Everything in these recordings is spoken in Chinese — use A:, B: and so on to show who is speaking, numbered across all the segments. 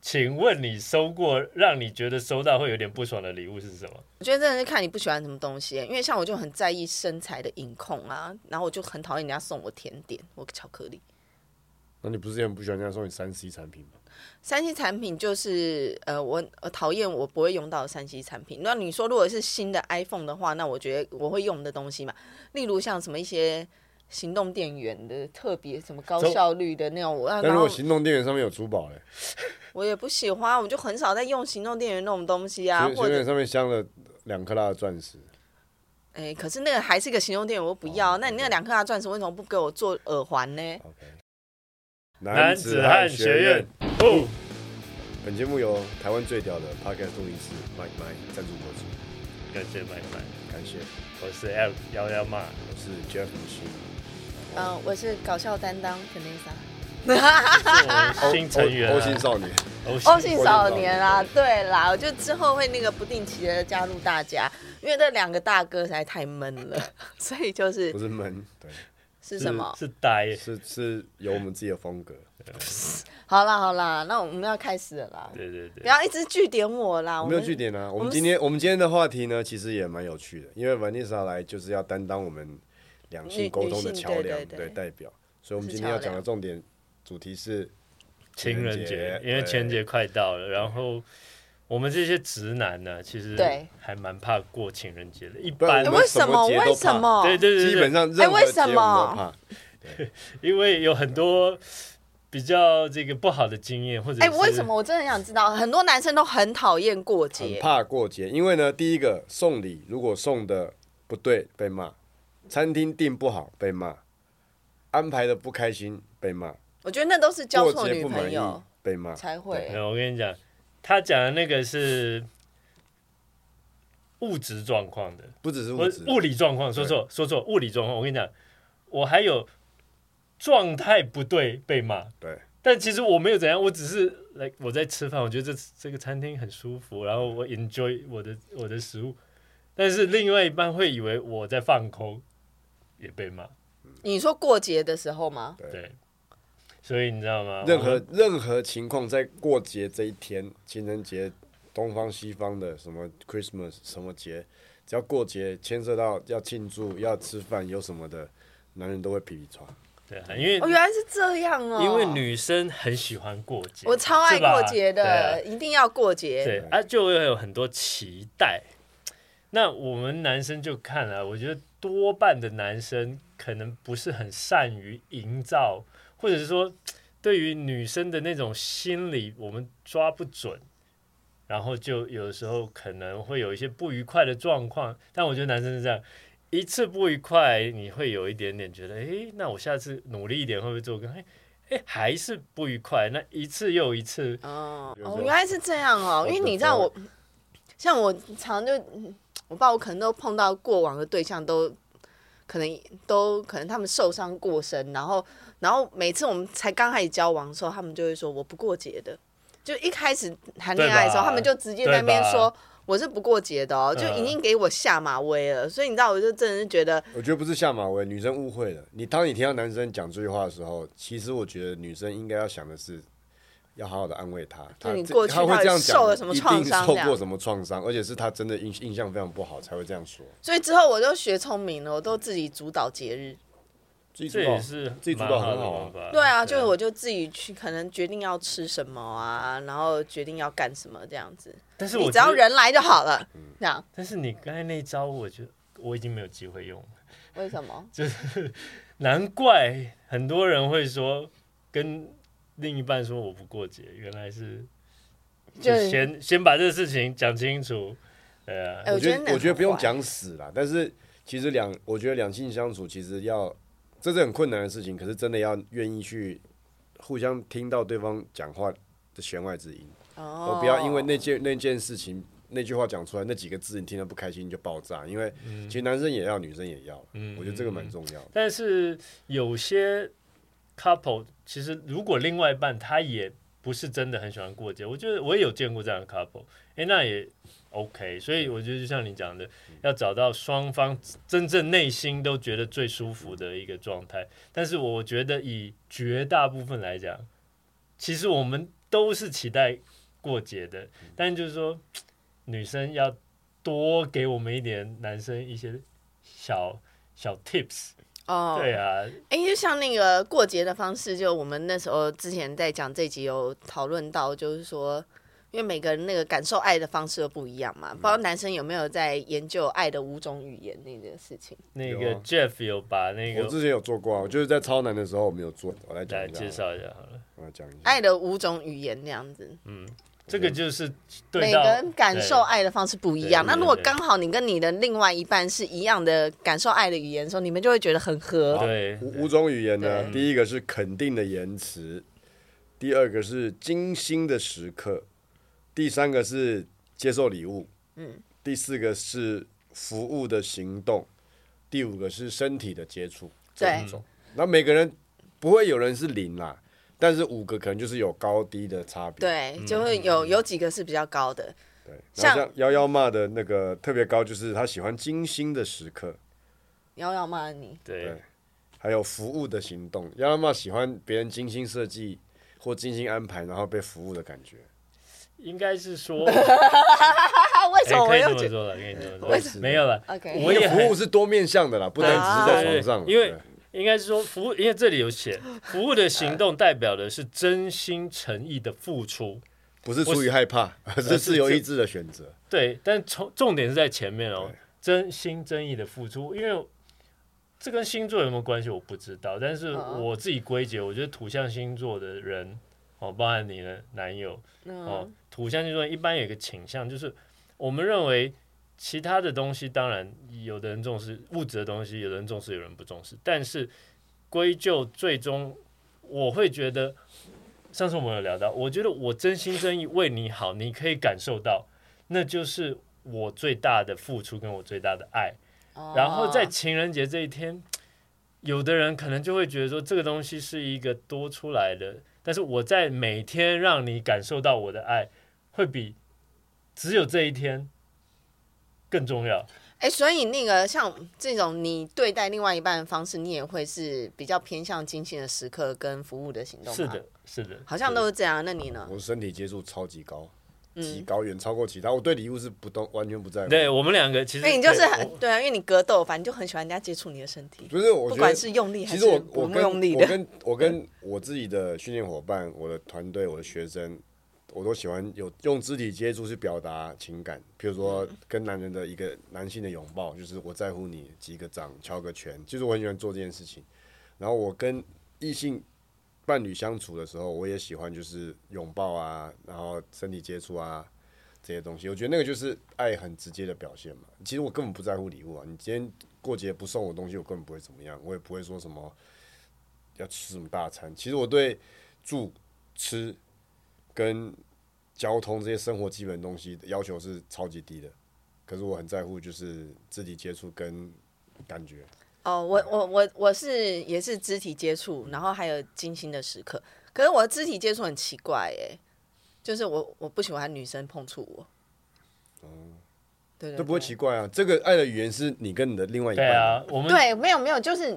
A: 请问你收过让你觉得收到会有点不爽的礼物是什么？
B: 我觉得真的是看你不喜欢什么东西，欸因为像我就很在意身材的隐控啊，然后我就很讨厌人家送我甜点，我巧克力。
C: 那你不是也很不喜欢人家送你三 C 产品吗？
B: 三 C 产品就是呃，我我讨厌我不会用到的三 C 产品。那你说如果是新的 iPhone 的话，那我觉得我会用的东西嘛，例如像什么一些行动电源的特别什么高
C: 走
B: 效率的那种，我
C: 但
B: 啊然
C: 如
B: 后
C: 果行动电源上面有珠宝嘞，
B: 我也不喜欢，我就很少在用行动电源那种东西啊，
C: 行
B: 或
C: 动
B: 者
C: 电源上面镶了两克拉的钻石，
B: 哎、可是那个还是一个行动电源，我不要。
C: 哦
B: 那你那两克拉钻石为什么不给我做耳环呢？
A: 男子汉学院，，哦，
C: 本节目由台湾最屌的 Podcast 录音师 Mike Mike 赞助播出，
A: 感谢麦麦，
C: 感谢。
A: 我是 L 幺幺嘛，
C: 我是 Jeff 吴昕，
B: 嗯、我是搞笑担当 Vanessa。
A: 是我新成员啊哦
C: 欧姓少年。
A: 欧
B: 欧
A: 姓
B: 姓少年啦，对啦，我就之后会那个不定期的加入大家，因为那两个大哥实在太闷了， 所以就是
C: 不是闷，对，
B: 是什么？
A: 是呆，
C: 是是有我们自己的风格。
B: 好啦好啦，那我们要开始了啦，
A: 对对
B: 不
A: 对，
B: 要一直据点我啦，
C: 我
B: 我
C: 没有
B: 们
C: 据点啊，我
B: 们
C: 们今天我们今天的话题呢，其实也蛮有趣的，因为 Vanessa 来就是要担当我们两性沟通的桥
B: 女女性
C: 梁，
B: 对对对
C: 对代表，所以我们今天要讲的重点主题是
A: 情人节，因为情人节快到了，然后我们这些直男呢，其实
B: 对
A: 还蛮怕过情人节的，一
C: 不然
A: 般
B: 为
C: 我们
B: 什么
C: 什么节都怕
B: 为什么？
A: 对对
C: 对
A: 对，
C: 基本
A: 对，
C: 上任何
B: 哎为什
C: 节目都
B: 么
C: 怕，
A: 因为有很多比较这个不好的经验，或者
B: 哎、
A: 是
B: 为什么？我真的很想知道，很多男生都很讨厌过
C: 很
B: 节，
C: 怕过节，因为呢，第一个送礼如果送的不对被骂，餐厅订不好被骂，安排的不开心被骂，
B: 我觉得那都是交
C: 过
B: 错
C: 节
B: 女
C: 不满
B: 朋
C: 意
B: 友
C: 被骂，
B: 才会
A: 没。有，我跟你讲，他讲的那个是物质状况的，
C: 不只是物
A: 我
C: 质，
A: 物理状况，说错说错，物理状况。我跟你讲，我还有状态不对被骂，
C: 对。
A: 但其实我没有怎样，我只是来我在吃饭，我觉得这这个餐厅很舒服，然后我 enjoy 我的我的食物，但是另外一半会以为我在放空，也被骂，
B: 你说过节的时候吗？
C: 对
A: 对。所以你知道吗？
B: 啊
C: 任何
A: 我
C: 任何情况，在过节这一天，情人节、东方西方的什么 Christmas 什么节，只要过节牵涉到要庆祝、要吃饭、有什么的，男人都会皮皮抓。
A: 对啊，因为
B: 哦，原来是这样哦。
A: 因为女生很喜欢过节，
B: 我超爱
A: 是吧
B: 过节
A: 对啊
B: 的，一定要过节。
A: 对啊，就会有很多期待。那我们男生就看了、我觉得多半的男生可能不是很善于营造，或者是说对于女生的那种心理，我们抓不准，然后就有时候可能会有一些不愉快的状况。但我觉得男生是这样。一次不愉快，你会有一点点觉得，诶，那我下次努力一点，会不会做更？诶，诶，还是不愉快，那一次又一次，
B: 哦，
C: 有时候
B: 哦，原来是这样哦。因为你知道我，像我常就，嗯我不知道我可能都碰到过往的对象都。可能都可能他们受伤过深，然后然后每次我们才刚开始交往的时候，他们就会说我不过节的。就一开始谈恋爱的时
A: 对
B: 候，
A: 吧
B: 他们就直接在那边
A: 对吧
B: 说我是不过节的哦，
A: 嗯
B: 就已经给我下马威了。所以你知道，我就真的是觉得
C: 我觉得不是下马威，女生误会了。你当你听到男生讲这句话的时候，其实我觉得女生应该要想的是，要好好的安慰他。
B: 就
C: 他
B: 你
C: 这
B: 过去
C: 他会
B: 到底
C: 这样
B: 受
C: 讲，
B: 了什么
C: 一
B: 创
C: 定
B: 伤
C: 受
B: 这样
C: 过什么创伤，而且是他真的印印象非常不好才会这样说。
B: 所以之后我就学聪明了，我都自己主导节日。
C: 自己
A: 这
C: 主
A: 也
C: 导，
A: 是
C: 自己主
A: 蛮
C: 导
A: 好
C: 很
A: 的
C: 好
A: 方
C: 啊
A: 法
B: 对啊，就是我就自己去，可能决定要吃什么啊，然后决定要干什么这样子。
A: 但是我
B: 你
A: 觉
B: 只要
A: 得，
B: 人来就好了，
C: 嗯
B: 这样
A: 但是你刚才那一招，我觉得我已经没有机会用了。
B: 为什么？
A: 难怪很多人会说跟另一半说我不过节，原来是就
B: 就是
A: 先先把这个事情讲清楚。对啊，
B: 哎
C: 我觉
B: 我觉得
C: 得
B: 很
C: 我觉得不
B: 好
C: 用
B: 玩
C: 讲死啦，但是其实两我觉得两性相处其实要这是很困难的事情，可是真的要愿意去互相听到对方讲话的弦外之音，
B: 哦
C: 而不要因为那件那件事情那句话讲出来那几个字你听得不开心你就爆炸，因为其实男生也要，女生也要，
A: 嗯
C: 我觉得这个蛮重要的。
A: 但是有些 couple 其实如果另外一半他也不是真的很喜欢过节，我觉得我也有见过这样的 couple，哎、那也 OK。所以我觉得就像你讲的，要找到双方真正内心都觉得最舒服的一个状态。但是我觉得以绝大部分来讲，其实我们都是期待过节的，但就是说，女生要多给我们一点男生一些小小 tips。
B: 哦，
A: 对啊，
B: 哎、就像那个过节的方式，就我们那时候之前在讲这集有讨论到，就是说，因为每个人那个感受爱的方式都不一样
C: 嗯
B: 嘛，不知道男生有没有在研究爱的五种语言那件事情。
A: 那
C: 有
A: 个
C: 啊
A: Jeff 有把那
C: 我
A: 个
C: 之前有做过啊，我就是在超男的时候我没有做，我来讲
A: 来
C: 一
A: 介
C: 下啊，
A: 绍一下好了。
C: 我来讲一下。
B: 爱的五种语言那样子，
A: 这个就是对
B: 每
A: 到
B: 个人感受爱的方式不一样。
A: 对对
B: 那
A: 对
B: 如果刚好你跟你的另外一半是一样的感受爱的语言的时候，你们就会觉得很合。
A: 对
C: 五五种语言呢，
B: 对
C: 第一个是肯定的言辞，第二个是精心的时刻，第三个是接受礼物，
B: 嗯，
C: 第四个是服务的行动，第五个是身体的接触。
B: 对
C: 这五种，那每个人不会有人是零啦，但是五个可能就是有高低的差别。
B: 对，就会有有几个是比较高的，
C: 对，然
B: 像
C: 后像幺幺骂的那个特别高，就是他喜欢精心的时刻，
B: 瑶瑶骂你，
A: 对
C: 对还有服务的行动。幺幺骂喜欢别人精心设计或精心安排，然后被服务的感觉。
A: 应该是说，
B: 啊，为什
A: 哎
B: 么我
A: 可以这
B: 又
A: 么
B: 觉得
A: 说了，可以这么
C: 为
A: 说
C: 什
A: 了，
C: 么
A: 没有了。
B: OK
A: 我也
C: 服
A: 很
C: 务是多面向的啦，不单只是在床上啦。
A: 对因为
C: 对
A: 应该是说服务，因为这里有 写，服务的行动代表的是真心诚意的付出。
C: 不是出于害怕，而 是自由意志的选择。
A: 对，但重重点是在前面哦
C: 对，
A: 真心真意的付出，因为这跟星座有没有关系我不知道，但是
B: 嗯
A: 我自己归结，我觉得土象星座的人哦，包含你的男友哦
B: 嗯，，
A: 土象星座一般有一个倾向，就是我们认为其他的东西，当然有的人重视物质的东西，有的人重视，有人不重视，但是归咎最终，我会觉得。上次我们有聊到，我觉得我真心真意为你好，你可以感受到，那就是我最大的付出跟我最大的爱。然后在
B: 哦
A: 情人节这一天，有的人可能就会觉得说这个东西是一个多出来的，但是我在每天让你感受到我的爱，会比只有这一天更重要。
B: 哎、所以那个像这种你对待另外一半的方式，你也会是比较偏向精心的时刻跟服务的行动吗
A: 是的，，是的，
B: 啊好像都是这样。那你呢？
C: 我身体接触超级高，极
B: 嗯，
C: 高远超过其他。我对礼物是不动，完全不在乎。
A: 对，我们两个其实
B: 那
A: 对，
B: 你就是
A: 我
B: 很对啊，因为你格斗，反正就很喜欢人家接触你的身体，
C: 不是我
B: 不
C: 觉
B: 管
C: 得，
B: 是用力还
C: 其
B: 是
C: 实我
B: 不
C: 我跟
B: 用力
C: 我
B: 的。
C: 跟我跟我自己的训练伙伴、我的团队、我的学生，我都喜欢有用肢体接触去表达情感，譬如说
B: 嗯
C: 跟男人的一个男性的拥抱，就是我在乎你，击个掌、敲个拳，就是我很喜欢做这件事情。然后我跟异性伴侣相处的时候，我也喜欢就是拥抱啊，然后身体接触啊。这些东西，我觉得那个就是爱很直接的表现嘛。其实我根本不在乎礼物啊，你今天过节不送我东西，我根本不会怎么样，我也不会说什么要吃什么大餐。其实我对住、吃跟交通这些生活基本东西的要求是超级低的，可是我很在乎就是肢体接触跟感觉。
B: 哦，我我我我是也是肢体接触，然后还有精心的时刻。可是我的肢体接触很奇怪哎、就是我我不喜欢女生碰触我。哦，对对
C: 这不会
B: 对
C: 奇怪啊，这个爱的语言是你跟你的另外一
A: 对
C: 半啊，
A: 啊，我们
B: 对，没有没有，就是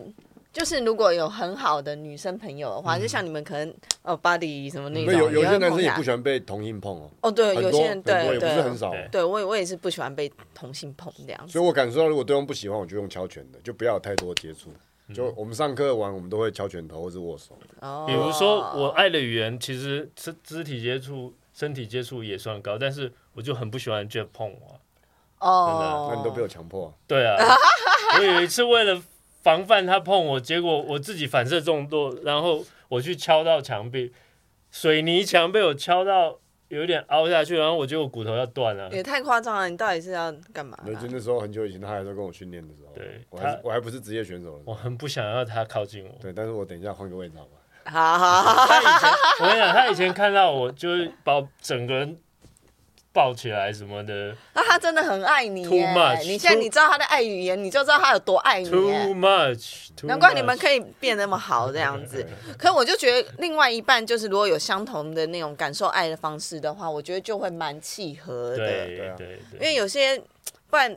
B: 就是，如果有很好的女生朋友的话，就像你们可能哦，body 什么那
C: 因
B: 种，
C: 为有嗯有
B: 也
C: 些
B: 会
C: 男生
B: 碰
C: 也
B: 它
C: 不喜欢被同性碰哦，
B: 哦，啊对，
C: 很
B: 有些
C: 多很
B: 人
C: 多
B: 对
C: 也不是很
B: 对，
C: 少哦，
A: 对
B: 对我也我也是不喜欢被同性碰这样子。
C: 所以我感受到如果对方不喜欢，我就用敲拳的，就不要有太多接触。
A: 嗯
C: 就我们上课玩，我们都会敲拳头或是握手。
B: 哦，
A: 比如说我爱的语言，其实肢肢体接触、身体接触也算高，但是我就很不喜欢 Jeff 碰我啊、
B: 哦，
C: 那你都被我强迫啊、
A: 对 啊，我有一次为了防范他碰我，结果我自己反射中毒，然后我去敲到墙壁，水泥墙被我敲到有一点凹下去，然后我觉得我骨头要断啊了、
B: 也太夸张了，你到底是要干嘛啦？
C: 那就那时候很久以前，他还在跟我训练的时候，
A: 对
C: 我还
A: 他
C: 是我还不是职业选手的时
B: 哦
A: 我
C: 候
A: 很不想要他靠近我。
C: 对，但是我等一下换个位置好吧？
B: 好好好，
A: 他以前，我跟你讲，他以前看到我就是把我整个人抱起来什么 的
B: 那他真的很爱你
A: Too
B: 耶
A: much，
B: 你现在
A: too-
B: 你知道他的爱语言，你就知道他有多爱你耶。
A: ，too much，, too
B: 难怪你们
A: much
B: 可以变那么好这 样子。可我就觉得另外一半就是如果有相同的那种感受爱的方式的话，我觉得就会蛮契合的。
A: 对
C: 对啊
A: 对
B: 因
A: 对，
B: 为有些不然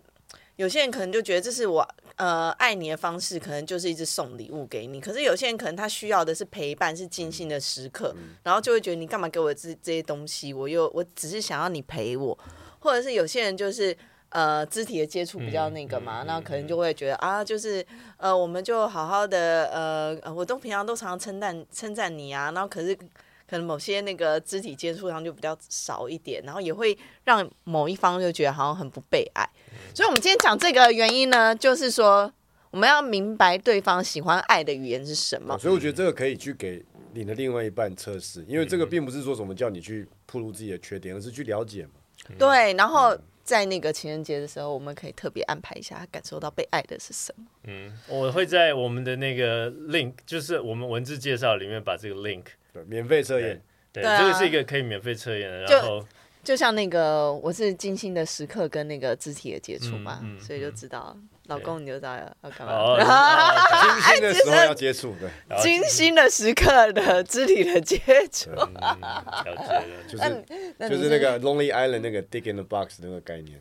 B: 有些人可能就觉得这是我呃爱你的方式，可能就是一直送礼物给你。可是有些人可能他需要的是陪伴，是精心的时刻，
A: 嗯
B: 然后就会觉得你干嘛给我这这些东西？我又我只是想要你陪我，或者是有些人就是。呃，肢体的接触比较那个
A: 嗯
B: 嘛，
A: 嗯嗯
B: 那可能就会觉得啊，就是呃，我们就好好的呃，呃我都平常都常常称赞称赞你啊，然后可是可能某些那个肢体接触上就比较少一点，然后也会让某一方就觉得好像很不被爱。所以，我们今天讲这个原因呢，就是说我们要明白对方喜欢爱的语言是什么。
C: 所以我觉得这个可以去给你的另外一半测试，因为这个并不是说什么叫你去暴露自己的缺点，而是去了解嘛。
B: 对，然后在那个情人节的时候，我们可以特别安排一下，他感受到被爱的是什么。
A: 嗯，我会在我们的那个 link，就是我们文字介绍里面把这个 link，
C: 对，免费测验，
A: 对，
B: 对啊
A: 这个是一个可以免费测验的，
B: 就
A: 然后
B: 就像那个我是精心的时刻跟那个肢体的接触嘛，
A: 嗯嗯
B: 所以就知道老公你就知道要要干嘛。
A: 哦，哦
C: 精心的时候要接触，对，
A: 了解
B: 精心的时刻的肢体的接触，
A: 嗯了解了解。
C: 就是
B: 哎那
C: 就
B: 你啊
C: 是那个 Lonely Island 那个 Dick in the Box 那个概念。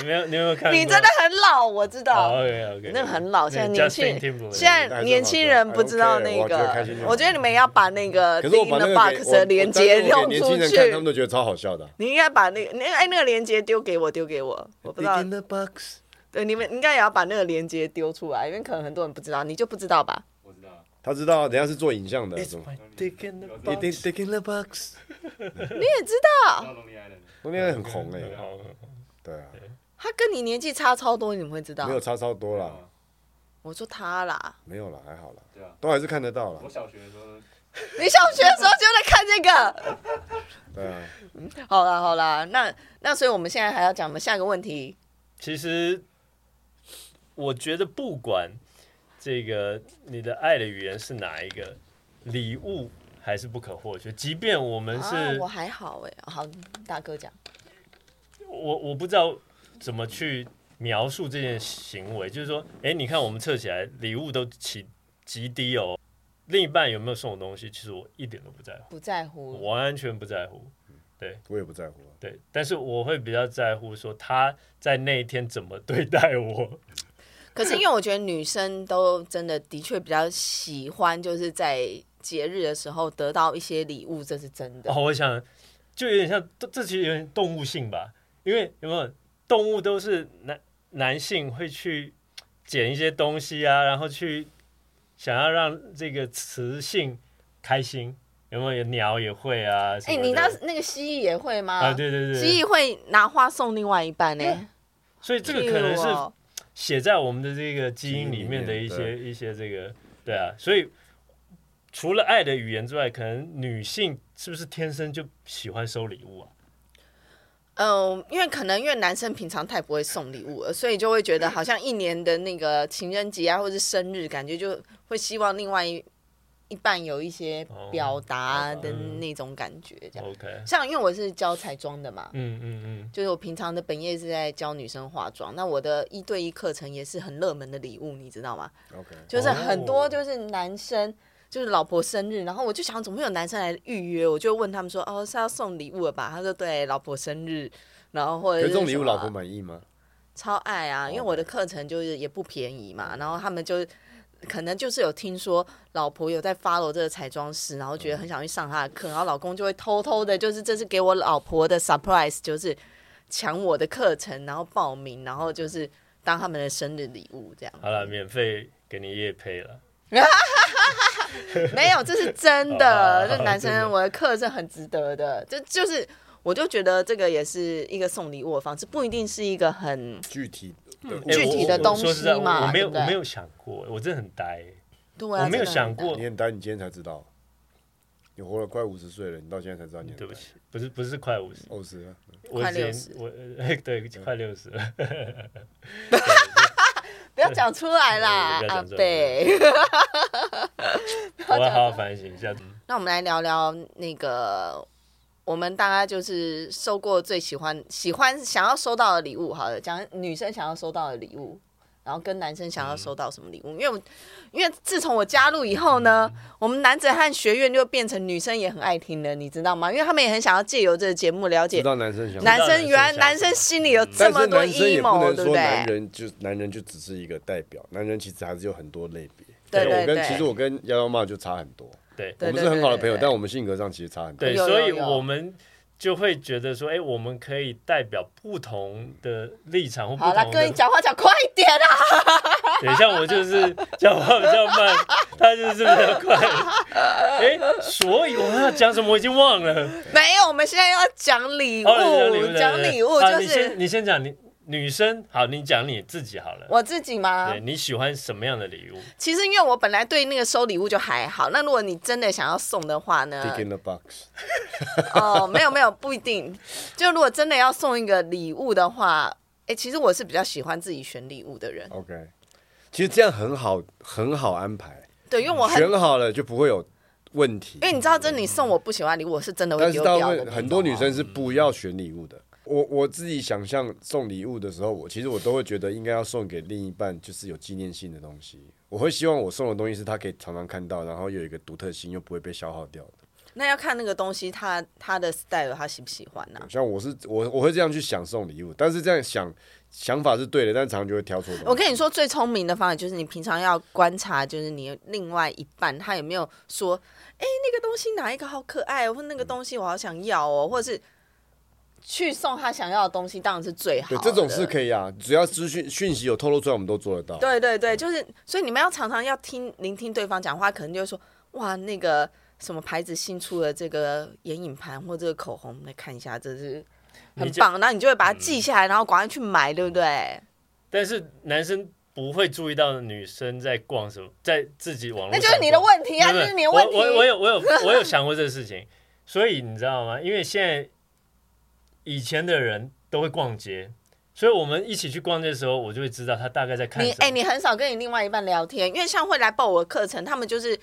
A: 你没有你有没有看过？
B: 你真的很老，我知道。
A: OK OK，
B: 那个很老现在年轻人现在年轻人不知道那
C: 哎我觉得开心
B: 个
C: 就，好
B: 我觉得你们要把那个
C: 可是我
B: Ding
C: 把
B: in
C: 那
B: the
C: 个给
B: Box 的连接弄
C: 我我但是
B: 出
C: 我给年轻人看，他
B: 去
C: 们。都觉得超好笑的啊。
B: 你应该把那个那哎那个连接丢给我，丢给我，我不知道
C: Dick in。the Box，
B: 对，你们应该也要把那个连接丢出来，因为可能很多人不知道，你就不知道吧？
C: 他知道啊人家是做影像的，怎么
A: Dick in the
C: ？Dick
A: box。
C: Dick in the Box，
B: 你也知道，
C: 那边很红哎，
A: 好
C: 对啊，
B: 他跟你年纪差超多，你怎么会知道
C: 没？有差超多
A: 啊
C: 啦，
B: 我说他啦，
C: 没有啦，还好啦，都还是看得到啦，
B: 你小学的时候就在看这个。
C: 对啊，
B: 好啦好啦，那那所以我们现在还要讲我们下一个问题，
A: 其实我觉得不管这个你的爱的语言是哪一个，礼物还是不可或缺。即便我们是、
B: 啊，我还好哎、好，大哥讲，
A: 我我不知道怎么去描述这件行为，就是说，哎，你看我们测起来礼物都极极低哦，另一半有没有送我东西，其实我一点都不在乎，
B: 不在乎。
A: 我完全不在乎。
C: 我也不在乎啊。
A: 对，但是我会比较在乎说他在那一天怎么对待我。
B: 可是因为我觉得女生都真的的确比较喜欢，就是在节日的时候得到一些礼物，这是真的。
A: 哦，我想就有点像，这这其实有点动物性吧，因为有没有动物都是男男性会去捡一些东西啊，然后去想要让这个雌性开心，有没有？有鸟也会啊。
B: 哎、
A: 什么
B: 你
A: 的
B: 那那个蜥蜴也会吗？
A: 啊，对对
B: 蜥
A: 对，
B: 蜴会拿花送另外一半呢、
A: 所以这个可能
B: 屁
A: 是
B: 股哦
A: 写在我们的这个基因里面的
C: 基因里面
A: 一些一些这个，对啊，所以除了爱的语言之外，可能女性是不是天生就喜欢收礼物啊？
B: 嗯，因为可能因为男生平常太不会送礼物了，所以就会觉得好像一年的那个情人节啊，或者是生日，感觉就会希望另外一一半有一些
A: 哦
B: 表达的
A: 嗯
B: 那种感觉，这样。
A: OK，
B: 像因为我是教彩妆的嘛，
A: 嗯嗯嗯，
B: 就是我平常的本业是在教女生化妆，那我的一对一课程也是很热门的礼物，你知道吗？
C: 啊 OK，
B: 就是很多
A: 哦
B: 就是男生。就是老婆生日，然后我就想，怎么会有男生来预约？我就问他们说，哦，是要送礼物了吧？他说，对，老婆生日，然后或
C: 可
B: 者
C: 是
B: 是
C: 这种礼
B: 什
C: 物
B: 么
C: 老婆满意吗？
B: 超爱啊，因
A: 哦
B: 为我的课程就是也不便宜嘛，然后他们就可能就是有听说老婆有在 follow 这个彩妆师，然后觉
A: 嗯
B: 得很想去上他的课，然后老公就会偷偷的，就是这是给我老婆的 surprise，就是抢我的课程，然后报名，然后就是当他们的生日礼物 这样。
A: 好了，免费给你夜配了。
B: 没有，这是真
A: 好好
B: 的，
A: 好
B: 这男
A: 哦真的
B: 生我的课是很值得的，就就是我就觉得这个也是一个送礼物的方式，不一定是一个很
C: 具体的物
A: 哎
B: 具体的
A: 我我
B: 东
A: 我说实在
B: 西嘛
A: 我我没有
B: 对不对
A: 我没有想过，我真的很呆，
B: 对啊，
A: 我没有
B: 真的很
A: 想
B: 难
A: 过
C: 你，很呆，你今天才知道，你活了快五十岁了，你到现在才知道你很
A: 嗯
C: 呆
A: 对
C: 哦
A: 不起，不是不是快五十，
C: 五十了，
A: 我
B: 快
A: 之前
B: 60
A: 我 呃对快六十了，
B: 不要讲出来啦
A: 对，不要
B: 阿
A: 讲出来
B: 贝。
A: 我要好好反省一下。嗯
B: 那我们来聊聊那个，我们大概就是收过最喜欢、喜欢、想要收到的礼物。好了，讲女生想要收到的礼物，然后跟男生想要
C: 嗯
B: 收到什么礼物，因为我因为自从我加入以后呢，
C: 嗯
B: 我们男子汉学院就变成女生也很爱听了，你知道吗？因为他们也很想要借由这个节目了
C: 知
B: 解
C: 道男生想
B: 男
C: 法，
B: 生，原来
A: 男
B: 男
A: 生
B: 生心里有这
C: 但
B: 么
C: 是
B: 多
C: 男生也不
B: emo，
C: 能
B: 对不
C: 说男
B: 对？
C: 人就男人就只是一个代表，男人其实还是有很多类别。
B: 对对
C: 我跟其实
B: 对，
C: 我跟幺幺妈就差很多，
A: 对
B: 对
C: 我们是很好的朋友，
B: 对对对
C: 但我们性格上其实差很多。
A: 对，
B: 有
A: 所
B: 有
A: 以
B: 有
A: 我们就会觉得说，哎、我们可以代表不同的立场或不
B: 好啦，
A: 同
B: 哥，你
A: 的。
B: 讲话讲快一点啊！
A: 对，像我 就是讲话比较慢，他就是比较快。哎、所以我们要讲什么我已经忘了。
B: 没有，我们现在要讲礼物
A: 哦，你，
B: 讲礼物
A: 对对对啊
B: 就
A: 你
B: 是
A: 先你先讲你女生好，你讲你自己好了。
B: 我自己嘛
A: 对，。你喜欢什么样的礼物？
B: 其实因为我本来对那个收礼物就还好，那如果你真的想要送的话呢？
C: Dick in the box，
B: 哦，没有没有，不一定。就如果真的要送一个礼物的话，哎、其实我是比较喜欢自己选礼物的人，
C: OK，其实这样很好，很好安排，
B: 对，因为我哦很，
C: 选好了就不会有问题。
B: 因为你知道，真的你送我不喜欢的礼物，我是真的会
C: 但是
B: 丢
C: 大部
B: 掉的那啊
C: 分
B: 种。
C: 很多女生是不要选礼物的。我我自己想象送礼物的时候，我其实我都会觉得应该要送给另一半，就是有纪念性的东西。我会希望我送的东西是他可以常常看到，然后有一个独特性又不会被消耗掉的。
B: 那要看那个东西它，它的 style 他喜不喜欢呐、
C: 像我是我我会这样去想送礼物，但是这样想想法是对的，但常常就会挑错东西。
B: 我跟你说，最聪明的方法就是你平常要观察，就是你另外一半他有没有说，哎、那个东西哪一个好可爱哦，或那个东西我好想要哦，或者是去送他想要的东西，当然是最好
C: 对
B: 的。
C: 这种是可以啊，只要资讯讯息有透露出来，我们都做得到。
B: 对对对，就是所以你们要常常要听聆听对方讲话，可能就会说哇那个什么牌子新出了这个眼影盘或这个口红，来看一下，这是很
A: 你就
B: 棒，然后你就会把它记下来，然后赶快去买，对不对？
A: 但是男生不会注意到女生在逛什么，在自己网络
B: 那
A: 上逛。
B: 就是你的 问题啊，
A: 没
B: 这
A: 有
B: 是你的问题。
A: 我我我有我有我有想过这个事情，所以你知道吗？因为现在以前的人都会逛街，所以我们一起去逛街的时候，我就会知道他大概在看
B: 你
A: 什
B: 哎、
A: 么。
B: 你很少跟你另外一半聊天，因为像会来报我的课程，他们就是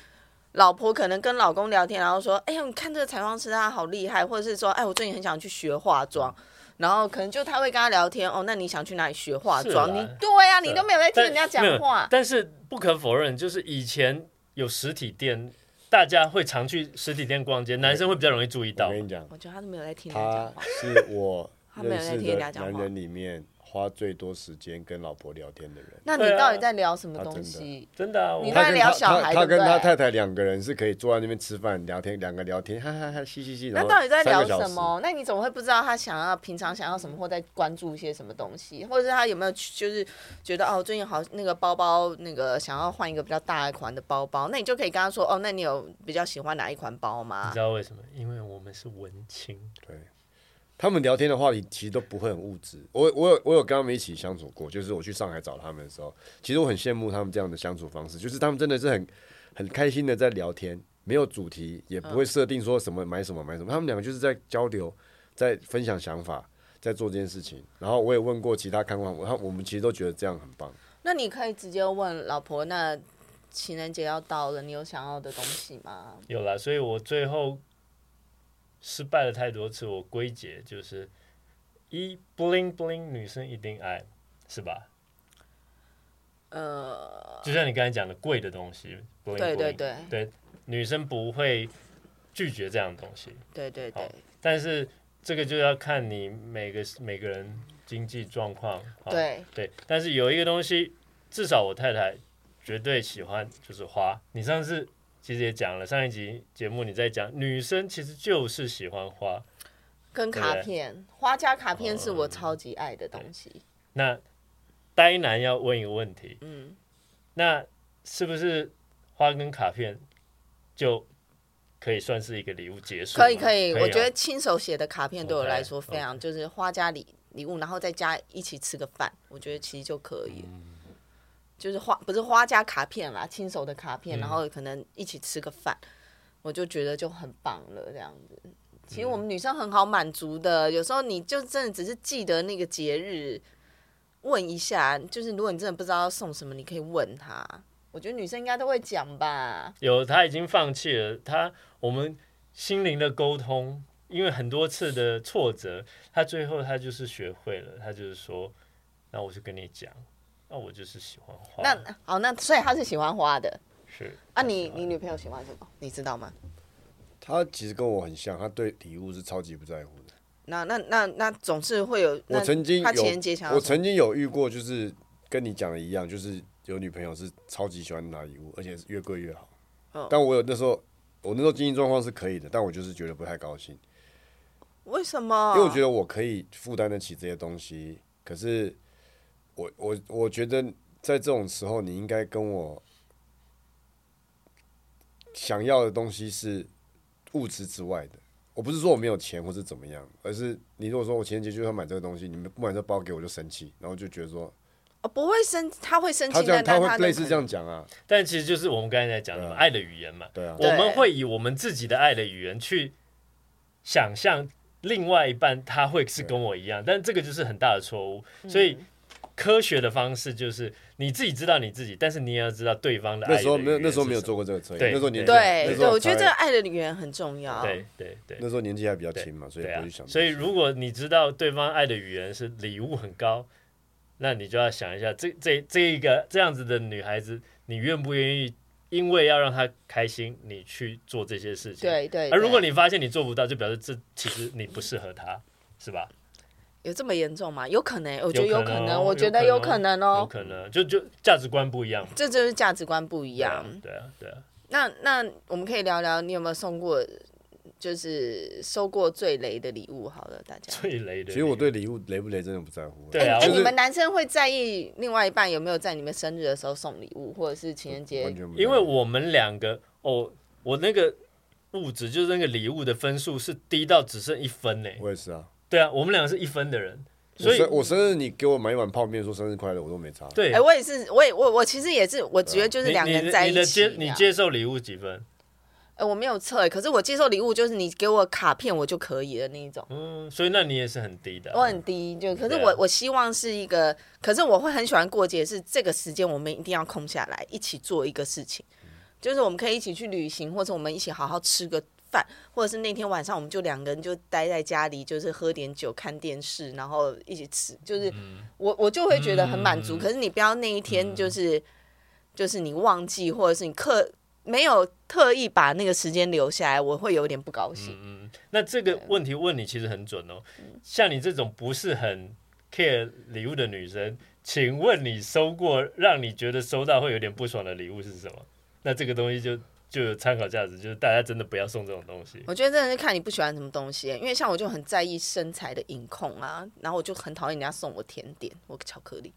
B: 老婆可能跟老公聊天，然后说，哎、呀，你看这个彩妆师他好厉害，或者是说，哎，我最近很想去学化妆。然后可能就他会跟他聊天哦，那你想去哪里学化妆？
A: 是啦
B: 你对呀、啊，你
A: 是
B: 都没有在听
A: 但
B: 人家讲
A: 没有
B: 话。
A: 但是不可否认，就是以前有实体店，大家会常去实体店逛街，男生会比较容易注意
C: 我
A: 到。
C: 跟你讲，
B: 我觉得他都没有在听人家讲
C: 他
B: 话。
C: 是我
B: 他没有
C: 认
B: 在
C: 识
B: 听人
C: 的
B: 家讲话
C: 男人里面花最多时间跟老婆聊天的人。
B: 那你
A: 对啊
B: 到底在聊什么
C: 他
B: 东
C: 真的
B: 西？
A: 真的啊，我
B: 你
C: 他
B: 在
C: 跟
B: 聊
C: 他
B: 小孩
C: 他
B: 对
C: 他
B: 不
C: 跟他
B: 对
C: 太太两个人是可以坐在那边吃饭聊天，两个聊天，哈哈哈，嘻嘻嘻。
B: 那
C: 然后
B: 到底在
C: 三
B: 聊
C: 个小
B: 什
C: 时？
B: 么？那你怎么会不知道他想要平常想要什么，或在关注一些什么东西，或者是他有没有去就是觉得哦，最近好那个包包那个想要换一个比较大款的包包，那你就可以跟他说哦，那你有比较喜欢哪一款包
A: 你
B: 吗
A: 知？道为什么？因为我们是文青，
C: 对，他们聊天的话题其实都不会很物质。我我有我有跟他们一起相处过，就是我去上海找他们的时候，其实我很羡慕他们这样的相处方式，就是他们真的是很很开心的在聊天，没有主题，也不会设定说什么买什么买什么，他们两个就是在交流，在分享想法。在做这件事情，然后我也问过其他看官，我他我们其实都觉得这样很棒。
B: 那你可以直接问老婆，那情人节要到了，你有想要的东西吗？
A: 有啦，所以我最后失败了太多次，我归结就是一 bling bling 女生一定爱，是吧？
B: 呃，
A: 就像你刚才讲的贵的东西，bling bling，
B: 对对对
A: 对，女生不会拒绝这样的东西，
B: 对对对
A: 好，但是这个就要看你每个每个人经济状况。好
B: 对
A: 对，但是有一个东西，至少我太太绝对喜欢，就是花。你上次其实也讲了，上一集节目你在讲，女生其实就是喜欢花。
B: 跟
A: 对嗯
B: 卡片，花加卡片是我超级爱的东西。
A: 那呆男要问一个问题，
B: 嗯，
A: 那是不是花跟卡片就可以算是一个礼物结束吗？
B: 可以可以，
A: 哦
B: 我觉得亲手写的卡片对我来说
A: OK，OK
B: 非常就是花家礼礼物，然后再加一起吃个饭，我觉得其实就可以。
A: 嗯
B: 就是花不是花加卡片啦，亲手的卡片，
A: 嗯
B: 然后可能一起吃个饭，我就觉得就很棒了这样子。其实我
A: 嗯
B: 们女生很好满足的，有时候你就真的只是记得那个节日，问一下，就是如果你真的不知道要送什么，你可以问他。我觉得女生应该都会讲吧。
A: 有，他已经放弃了。他我们心灵的沟通，因为很多次的挫折，他最后他就是学会了，他就是说，那我就跟你讲，啊，我就是喜欢花。
B: 那好，那所以他是喜欢花的
A: 是
B: 啊你。你女朋友喜欢什么？你知道吗？
C: 他其实跟我很像，他对礼物是超级不在乎的。
B: 那那那那总是会有。
C: 我
B: 那
C: 曾经
B: 他
C: 有
B: 情人节想，要
C: 我
B: 什么
C: 曾经有遇过，就是跟你讲的一样，就是有女朋友是超级喜欢拿礼物，而且是越贵越好。
B: 嗯
C: 但我有那时候，我那时候经济状况是可以的，但我就是觉得不太高兴，
B: 为什么？
C: 因为我觉得我可以负担得起这些东西，可是我我我觉得在这种时候，你应该跟我想要的东西是物质之外的。我不是说我没有钱或是怎么样，而是你如果说我情人节就要买这个东西，你们不买这包给我就生气，然后就觉得说
B: 哦不会生，他会生气
C: 他，这样
B: 但
C: 他
B: 但
C: 会
B: 那
C: 类似
B: 可
C: 这
B: 能
C: 样讲啊，
A: 但其实就是我们刚才在讲什么
C: 对啊
A: 爱的语言嘛，
C: 对啊，
A: 我们
B: 对
A: 会以我们自己的爱的语言去想象另外一半他会是跟我一样，但这个就是很大的错误。所以科学的方式就是你自己知道你自己，但是你也要知道对方的爱
C: 那
A: 的
C: 时候没有
A: 语言
C: 那时候
A: 是
C: 没有
A: 什
C: 做过这个测验，
A: 对
C: 那时候年纪那
B: 对
C: 时
B: 对，
C: 候
B: 我觉得
C: 才
B: 这个爱的语言很重要。
A: 么。对对对
C: 那时候年纪还比较轻嘛，所以
A: 对
C: 不
A: 啊
C: 会去想这些。
A: 所以如果你知道对方爱的语言是礼物很高，那你就要想一下，这这这一个这样子的女孩子，你愿不愿意因为要让她开心，你去做这些事情？
B: 对对，
A: 而如果
B: 对
A: 你发现你做不到，就表示这其实你不适合他，是吧？
B: 有这么严重吗？有可能，我觉得
A: 有可
B: 可
A: 能哦
B: 能，我觉得
A: 有
B: 有
A: 可
B: 可能
A: 有
B: 哦，
A: 可能就就价值观不一样嘛，
B: 这就是价值观不一
A: 对啊
B: 样。，
A: 对啊，对啊。
B: 那那我们可以聊聊，你有没有送过，就是收过最雷的礼物？好了，大家。
A: 最雷的，
C: 其实我对礼物雷不雷真的不在乎。
A: 对 啊
B: 哎、
A: 就是
B: 你们男生会在意另外一半有没有在你们生日的时候送礼物，或者是情人节
C: 完？全不在乎。
A: 因为我们两个哦，我那个物质就是那个礼物的分数是低到只剩一分呢。
C: 我也是啊，
A: 对啊，我们两个是一分的人，
C: 我
A: 所以
C: 生我生日你给我买一碗泡面说生日快乐，我都没差。
A: 对
B: 哎、，我也是，我也我我其实也是，我觉得就是
A: 你
B: 两个
A: 你
B: 人
A: 的
B: 在
A: 你
B: 一
A: 的
B: 起
A: 接
B: 啊。
A: 你接受礼物几分？
B: 哎、我没有测、哎可是我接受礼物就是你给我卡片我就可以了那一种，
A: 嗯，所以那你也是很低的啊。
B: 我很低，就可是
A: 对啊
B: 我我希望是一个，可是我会很喜欢过节，是这个时间我们一定要空下来一起做一个事情，
A: 嗯
B: 就是我们可以一起去旅行，或者我们一起好好吃个饭，或者是那天晚上我们就两个人就待在家里，就是喝点酒、看电视，然后一起吃，就是我我就会觉得很满足。
A: 嗯
B: 可是你不要那一天就是、就是你忘记，或者是你刻没有特意把那个时间留下来，我会有点不高兴。
A: 嗯，那这个问题问你其实很准哦。
B: 嗯
A: 像你这种不是很 care 礼物的女生，请问你收过让你觉得收到会有点不爽的礼物是什么？那这个东西就就有参考价值，就是大家真的不要送这种东西。
B: 我觉得真的是看你不喜欢什么东西，欸因为像我就很在意身材的隐控啊，然后我就很讨厌人家送我甜点，我巧克力。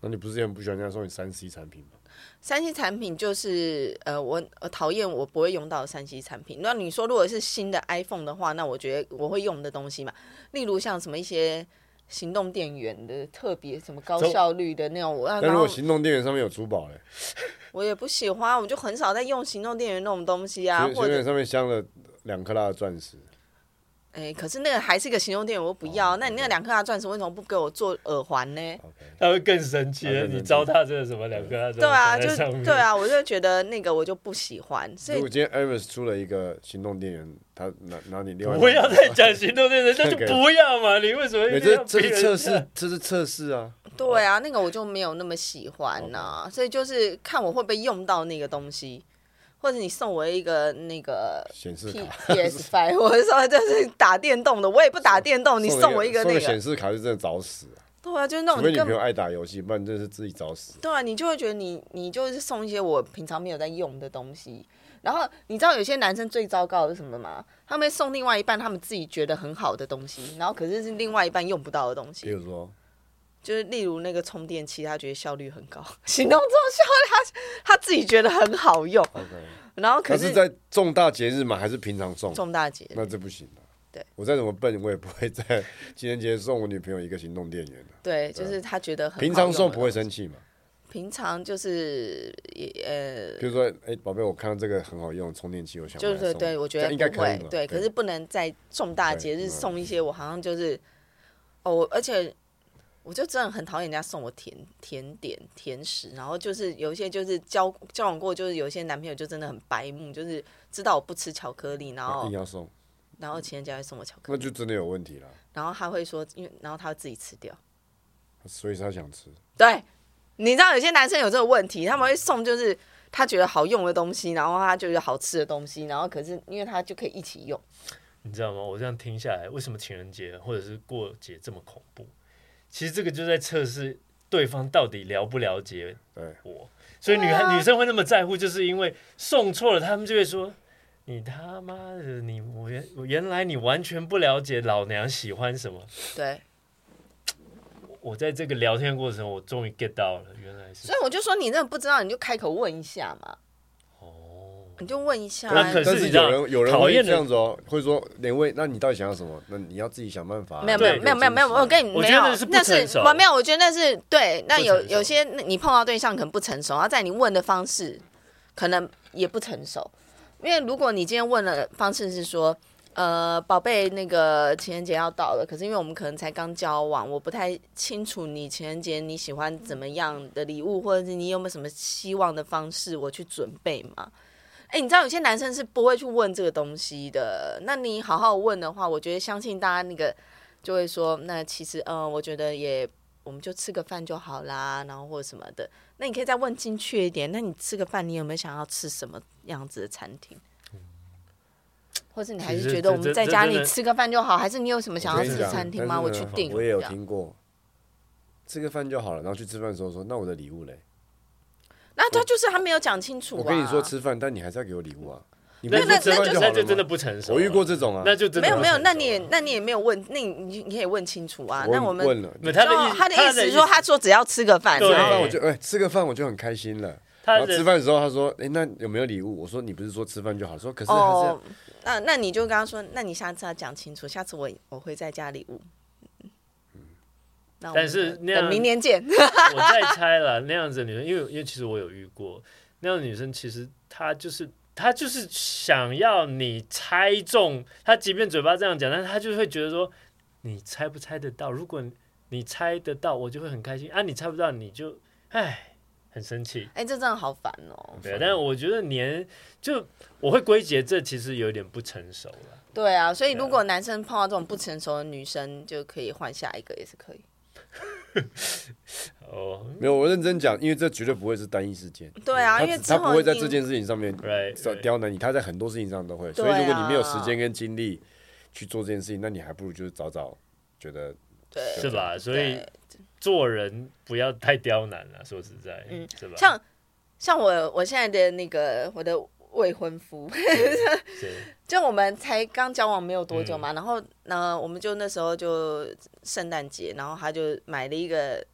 C: 那你不是也很不喜欢人家送你三 C 产品吗？
B: 三 C 产品就是呃，我我讨厌我不会用到的三 C 产品。那你说如果是新的 iPhone 的话，那我觉得我会用的东西嘛，例如像什么一些行动电源的特别什么高
A: 走
B: 效率的那种，我啊
C: 但
B: 然
C: 如
B: 后
C: 果行动电源上面有珠宝嘞，
B: 我也不喜欢，我就很少在用行动电源那种东西啊，
C: 行
B: 或
C: 行动电源
B: 者
C: 上面镶了两克拉的钻石，
B: 哎、可是那个还是个行动电源，我不
C: 哦
B: 要。那你那两克拉钻石为什么不给我做耳环呢？
A: 他会更生气
C: 他更，生气
A: 你糟蹋这个什么两个啊？
B: 对啊，
A: 这
B: 就
A: 个放在上面
B: 对，啊，我就觉得那个我就不喜欢，所
C: 如
B: 以
C: 果今天 Hermes 出了一个行动电源，他拿拿你另外一个
A: 不要再讲行动电源，那就不要嘛。你为什么
C: 没有
A: 一定
C: 这
A: 要
C: 这
A: 逼
C: 是
A: 人
C: 测试，这是测试啊。
B: 对啊，那个我就没有那么喜欢呐、所以就是看我会不会用到那个东西，或者你送我一个那个
C: 显示
B: P
C: 卡，
B: PS Five，我是说就是打电动的，我也不打电哦动，你送我一个
C: 送
B: 那
C: 显
B: 个，
C: 示卡是真的找死啊、
B: 对啊，就是那种
C: 除非
B: 你
C: 女
B: 根
C: 朋友
B: 本
C: 爱打游戏，不然真的是自己找死。
B: 对啊，你就会觉得你你就是送一些我平常没有在用的东西。然后你知道有些男生最糟糕的是什么吗？他们会送另外一半他们自己觉得很好的东西，然后可是是另外一半用不到的东西
C: 比。如说，
B: 就是例如那个充电器，他觉得效率很高，行动中效率他他自己觉得很好用，然后可
C: 他
B: 是
C: 是在重大节日买还是平常送？
B: 重大节日
C: 那这不行啊。
B: 对，
C: 我再怎么笨，我也不会在 情人节送我女朋友一个行动电源的、
B: 对，就是他觉得很
C: 啊平常送
B: 送
C: 不会，生气嘛？
B: 平常就是也呃，
C: 比如说，哎、宝贝，我看到这个很好用，充电器，我想
B: 就
C: 买来
B: 是对
C: 送
B: 对，
C: 你
B: 我觉
C: 这样
B: 得
C: 应该
B: 不
C: 可
B: 会
C: 以嘛。
B: 对，可是不能在重大节
C: 对
B: 日
C: 嗯
B: 送一些我好像就是哦，我而且我就真的很讨厌人家送我甜甜点、甜食，然后就是有一些就是交交往过，就是有一些男朋友就真的很白目，就是知道我不吃巧克力，然后
C: 硬要送，
B: 然后情人节会送我巧克力。
C: 哎那就真的有问题了。
B: 然后他会说，因为然后他会自己吃掉。
C: 所以是他想吃，
B: 对，你知道有些男生有这个问题，他们会送就是他觉得好用的东西，然后他觉得好吃的东西，然后可是因为他就可以一起用，
A: 你知道吗？我这样听下来，为什么情人节或者是过节这么恐怖？其实这个就在测试对方到底了不了解
C: 对
A: 我。所以女
B: 啊
A: 孩、女生会那么在乎，就是因为送错了，他们就会说：“你他妈的，你我原我原来你完全不了解老娘喜欢什么。
B: 对。”
A: 我在这个聊天过程中，我终于 get 到了，原来是
B: 所以我就说你真的不知道，你就开口问一下嘛，
A: 哦，
B: 你就问一下啊。
A: 那可
C: 但
A: 是你知道
C: 有人有人
A: 讨
C: 会
A: 厌
C: 这
A: 的
C: 样子哦，会说连问，那你到底想要什么？那你要自己想办法啊。
B: 没有没有
A: 对
B: 没有没有没有，我跟你
A: 我
B: 没
A: 觉得
B: 有
A: 那是，不
B: 那
A: 成
B: 是
A: 熟
B: 我没有，我觉得那是对。那
A: 不
B: 有
A: 成熟
B: 有些你碰到对象可能不成熟，然后在你问的方式可能也不成熟，因为如果你今天问的方式是说，呃，宝贝，那个情人节要到了，可是因为我们可能才刚交往，我不太清楚你情人节你喜欢怎么样的礼物，或者是你有没有什么希望的方式，我去准备嘛。哎、你知道有些男生是不会去问这个东西的。那你好好问的话，我觉得相信大家那个就会说，那其实嗯，我觉得也我们就吃个饭就好啦，然后或者什么的。那你可以再问精确一点。那你吃个饭，你有没有想要吃什么样子的餐厅？或者你还
A: 其
B: 是
A: 实
B: 觉得我
A: 这这
B: 们在
A: 这
B: 家
A: 真
B: 里
A: 的
B: 吃个饭就好，还是你有什么想
C: 我
B: 要
C: 跟你
B: 吃的
C: 讲
B: 餐厅
C: 但
B: 吗？
C: 是
B: 我
C: 呢
B: 去订。
C: 我也有
B: 这样
C: 听过，吃个饭就好了，然后去吃饭的时候说，那我的礼物嘞？
B: 那他就是他没有讲清楚、啊。
C: 我跟你说吃饭，但你还是要给我礼物啊。你不
A: 那
C: 是说
A: 那那
C: 吃饭
A: 就
C: 好
A: 那
C: 了
A: 就真的
C: 吗？
A: 不成熟。
C: 我遇过，这种啊，
A: 那就真的
B: 没有
A: 不
B: 没有，
A: 成熟
B: 那你也
A: 了
B: 那你也没有问，那你你你也问清楚啊。那
C: 啊我
B: 我们
C: 问了，
A: 没有他的
B: 哦
A: 意
B: 他的意思是说，他说只要吃个饭，
A: 对
C: 吃个
B: 然后
C: 饭我就哎吃个饭我就很开心了。
A: 他
C: 然后吃
A: 的
C: 饭的时候他说，哎那有没有礼物？我说你不是说吃饭就好，说可是还是要
B: 哦，那那你就跟他说，那你下次要讲清楚，下次我我会再加礼物。那我们
A: 但是
B: 就
A: 那样
B: 等明年见。
A: 我在猜了，那样子的女生，因为因为其实我有遇过那样的女生，其实她就是她就是想要你猜中，她即便嘴巴这样讲，但是她就会觉得说你猜不猜得到？如果你猜得到，我就会很开心啊；你猜不到，你就唉，很生气。
B: 哎，这真的好烦哦。
A: 对，但是我觉得年就我会归结这其实有点不成熟了。
B: 对啊，所以如果男生碰到这种不成熟的女生，就可以换下一个，也是可以。
A: 哦、
C: 没有我认真讲，因为这绝对不会是单一事件。
B: 对啊，
C: 嗯他
B: 因为
C: 只
B: 之
C: 他
B: 后
C: 不会在
B: 你
C: 这件事情上面
A: Right,
C: 在
A: right.
C: 刁难你，他在很多事情上都会。所以
B: 对啊
C: 如果你没有时间跟精力去做这件事情，那你还不如就是早早觉得
B: 对
A: 是吧？所以
B: 对
A: 做人不要太刁难了，说实在，
B: 嗯
A: 是吧？
B: 像像我我现在的那个我的未婚夫，
A: 对
B: 就我们才刚交往没有多久嘛，然后呢，我们就那时候就圣诞节，然后他就买了一个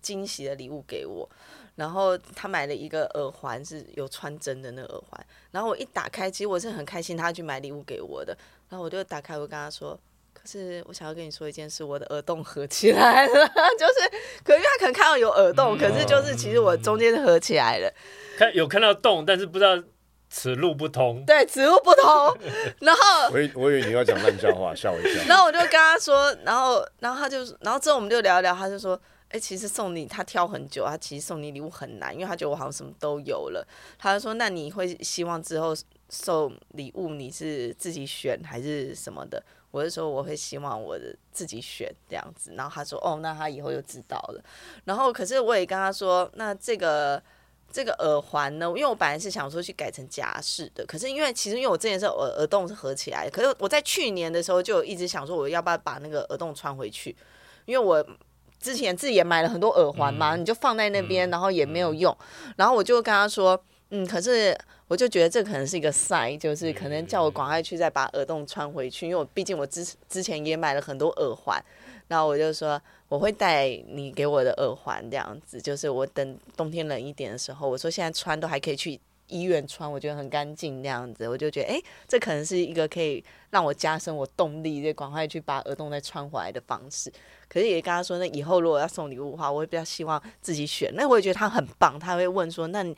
B: 惊喜的礼物给我，然后他买了一个耳环，是有穿针的那个耳环，然后我一打开，其实我是很开心他去买礼物给我的，然后我就打开，我跟他说。可是我想要跟你说一件事，我的耳洞合起来了， 就是，可是他可能看到有耳洞，可是就是其实我中间是合起来了，
A: 看有看到洞，但是不知道此路不通。
B: 对， 此路不通。然后
C: 我以我以为你要讲烂笑话，吓我一跳。
B: 然后我就跟他说，然后然后他就，然后之后我们就聊一聊，他就说，哎、其实送你他挑很久，他其实送你礼物很难，因为他觉得我好像什么都有了。他就说，那你会希望之后送礼物你是自己选还是什么的？我就说我会希望我的自己选这样子，然后他说哦，那他以后就知道了。然后可是我也跟他说，那这个这个耳环呢，因为我本来是想说去改成夹式的，可是因为其实因为我之前是耳耳洞是合起来的，可是我在去年的时候就有一直想说我要不要把那个耳洞穿回去，因为我之前自己也买了很多耳环嘛，你就放在那边，然后也没有用，然后我就跟他说，嗯，可是。我就觉得这可能是一个 sign，就是可能叫我赶快去再把耳洞穿回去，因为我毕竟我之之前也买了很多耳环，然后我就说我会戴你给我的耳环，这样子，就是我等冬天冷一点的时候，我说现在穿都还可以去医院穿，我觉得很干净那样子，我就觉得哎、诶这可能是一个可以让我加深我动力，就赶快去把耳洞再穿回来的方式。可是也跟他说，那以后如果要送礼物的话，我会比较希望自己选。那我也觉得他很棒，他会问说，那你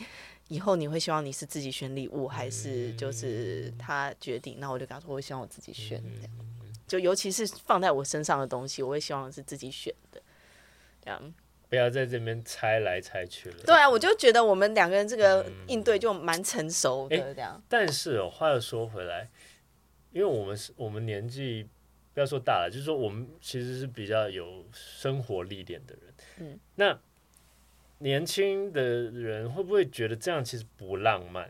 B: 以后你会希望你是自己选礼物，还是就是他决定？那我就跟他说，我希望我自己选这样。就尤其是放在我身上的东西，我会希望是自己选的。这样
A: 不要在这边猜来猜去了。
B: 对啊，我就觉得我们两个人这个应对就蛮成熟的，
A: 诶
B: 这样、
A: 但是哦，话又说回来，因为我们是我们年纪不要说大了，就是说我们其实是比较有生活历练的人。
B: 嗯，
A: 那年轻的人会不会觉得这样其实不浪漫？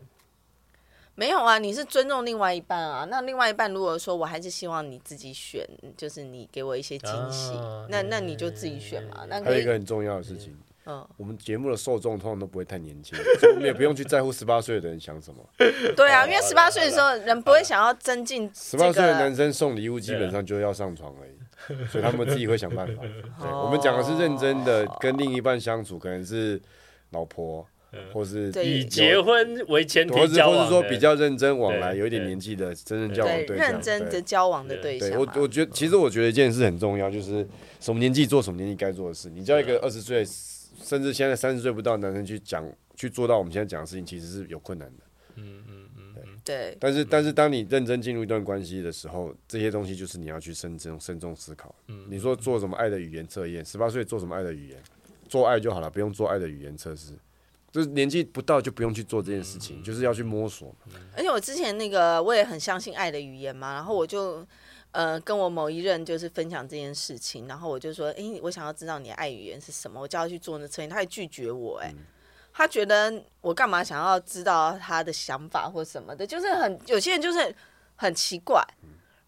B: 没有啊，你是尊重另外一半啊。那另外一半如果说我还是希望你自己选，就是你给我一些惊喜，
A: 啊
B: 那那你就自己选嘛。那
C: 还
B: 可
C: 有一
B: 以
C: 个，很重要的事情，
B: 嗯，
C: 我们节目的受众通常都不会太年轻，所以我们也不用去在乎十八岁的人想什么。
B: 对啊，
A: 好
B: 因
A: 啦
B: 为十八岁的时候，人不会想要增进
C: 十
B: 这
C: 八岁的
B: 个
C: 男。生送礼物基
A: 啊
C: 本上就要上床而已，所以他们自己会想办法。对，
B: 哦
C: 我们讲的是认真的，
A: 哦
C: 跟另一半相处，可能是老婆，
A: 嗯
C: 或是
B: 对
A: 以
B: 有
A: 结婚为前
C: 或
A: 提
C: 是
A: 交
C: 或
A: 往
C: 是说
A: 的
C: 比较认真往来、
A: 对
C: 有一点
A: 对
C: 年纪的真正
A: 对
C: 交往
B: 对，
C: 象。
B: 认真的
C: 对
B: 交往的
A: 对
B: 对象
C: 对
B: 嘛。
C: 我，我觉得其实我觉得一件事很重要，就是什么年纪做什么年纪该做的事。你叫一
B: 啊
C: 个二十岁，甚至现在三十岁不到的男生去讲去做到我们现在讲的事情，其实是有困难的。
B: 对
C: 但是，但是当你认真进入一段关系的时候，这些东西就是你要去慎重慎重思考。
B: 嗯
C: 你说做什么爱的语言测验？十八岁做什么爱的语言？做爱就好了，不用做爱的语言测试。就是年纪不到就不用去做这件事
B: 嗯
C: 情，就是要去摸索嘛。
B: 而且我之前那个我也很相信爱的语言嘛，然后我就呃跟我某一任就是分享这件事情，然后我就说，诶，我想要知道你的爱语言是什么，我叫他去做那测验，他也拒绝我、诶，他觉得我干嘛想要知道他的想法或什么的，就是很有些人就是很奇怪，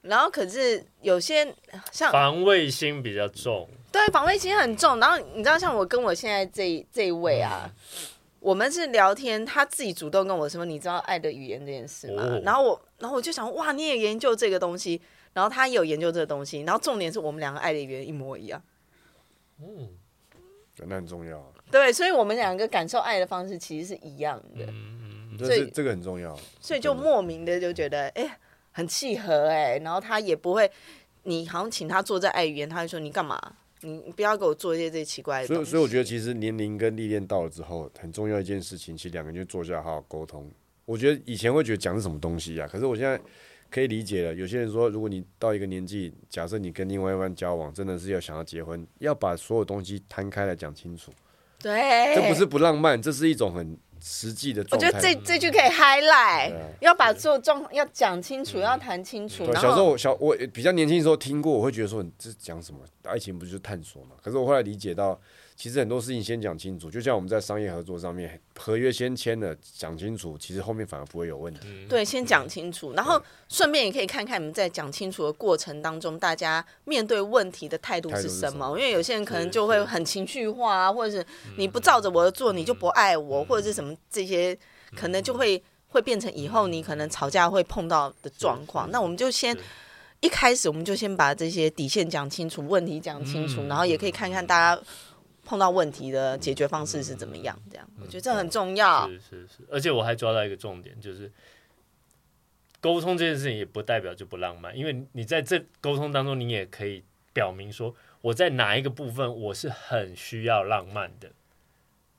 B: 然后可是有些像
A: 防卫心比较重，
B: 对，防卫心很重。然后你知道，像我跟我现在这一这一位啊，
C: 嗯
B: 我们是聊天，他自己主动跟我说，你知道爱的语言这件事吗？
A: 哦
B: 然后我，然后我就想，哇，你也研究这个东西，然后他也有研究这个东西，然后重点是我们两个爱的语言一模一样。
A: 嗯
C: 对那很重要啊，
B: 对，所以我们两个感受爱的方式其实是一样的，
A: 嗯，
C: 这
B: 所以
C: 是这个很重要。啊
B: 所以就莫名的就觉得，哎、很契合哎、然后他也不会，你好像请他做这爱语言，他就说你干嘛？你不要给我做一些这奇怪的东
C: 所以，
B: 西。
C: 所以我觉得其实年龄跟历练到了之后，很重要一件事情，其实两个人就坐下好好沟通。我觉得以前会觉得讲是什么东西啊呀、可是我现在可以理解了。有些人说，如果你到一个年纪，假设你跟另外一半交往，真的是要想要结婚，要把所有东西摊开来讲清楚。
B: 对，
C: 这不是不浪漫，这是一种很实际的
B: 我
C: 状态。
B: 觉得这这句可以 highlight，、
C: 对啊嗯
B: 要把所有状要讲清楚，要谈清楚。
C: 对，啊
B: 然
C: 小时候
B: 后
C: 我小我比较年轻的时候听过，我会觉得说你这讲什么？爱情不就是探索嘛？可是我后来理解到，其实很多事情先讲清楚，就像我们在商业合作上面，合约先签了，讲清楚，其实后面反而不会有问题。
B: 对，先讲清楚，然后顺便也可以看看你们在讲清楚的过程当中，大家面对问题的态度
C: 态度
B: 是
C: 是
B: 什
C: 什
B: 么。
C: 么
B: 因为有些人可能
A: 是
B: 就是会很情绪化啊，或者是你不照着我的做，你就不爱我，或者是什么这些，可能就会会变成以后你可能吵架会碰到的状况。那我们就先
A: 是
B: 一开始我们就先把这些底线讲清楚，问题讲清楚，
A: 嗯
B: 然后也可以看看大家碰到问题的解决方式是怎么样。这样，我觉得这很重要。
A: 是是是，而且我还抓到一个重点，就是沟通这件事情也不代表就不浪漫，因为你在这沟通当中，你也可以表明说我在哪一个部分我是很需要浪漫的，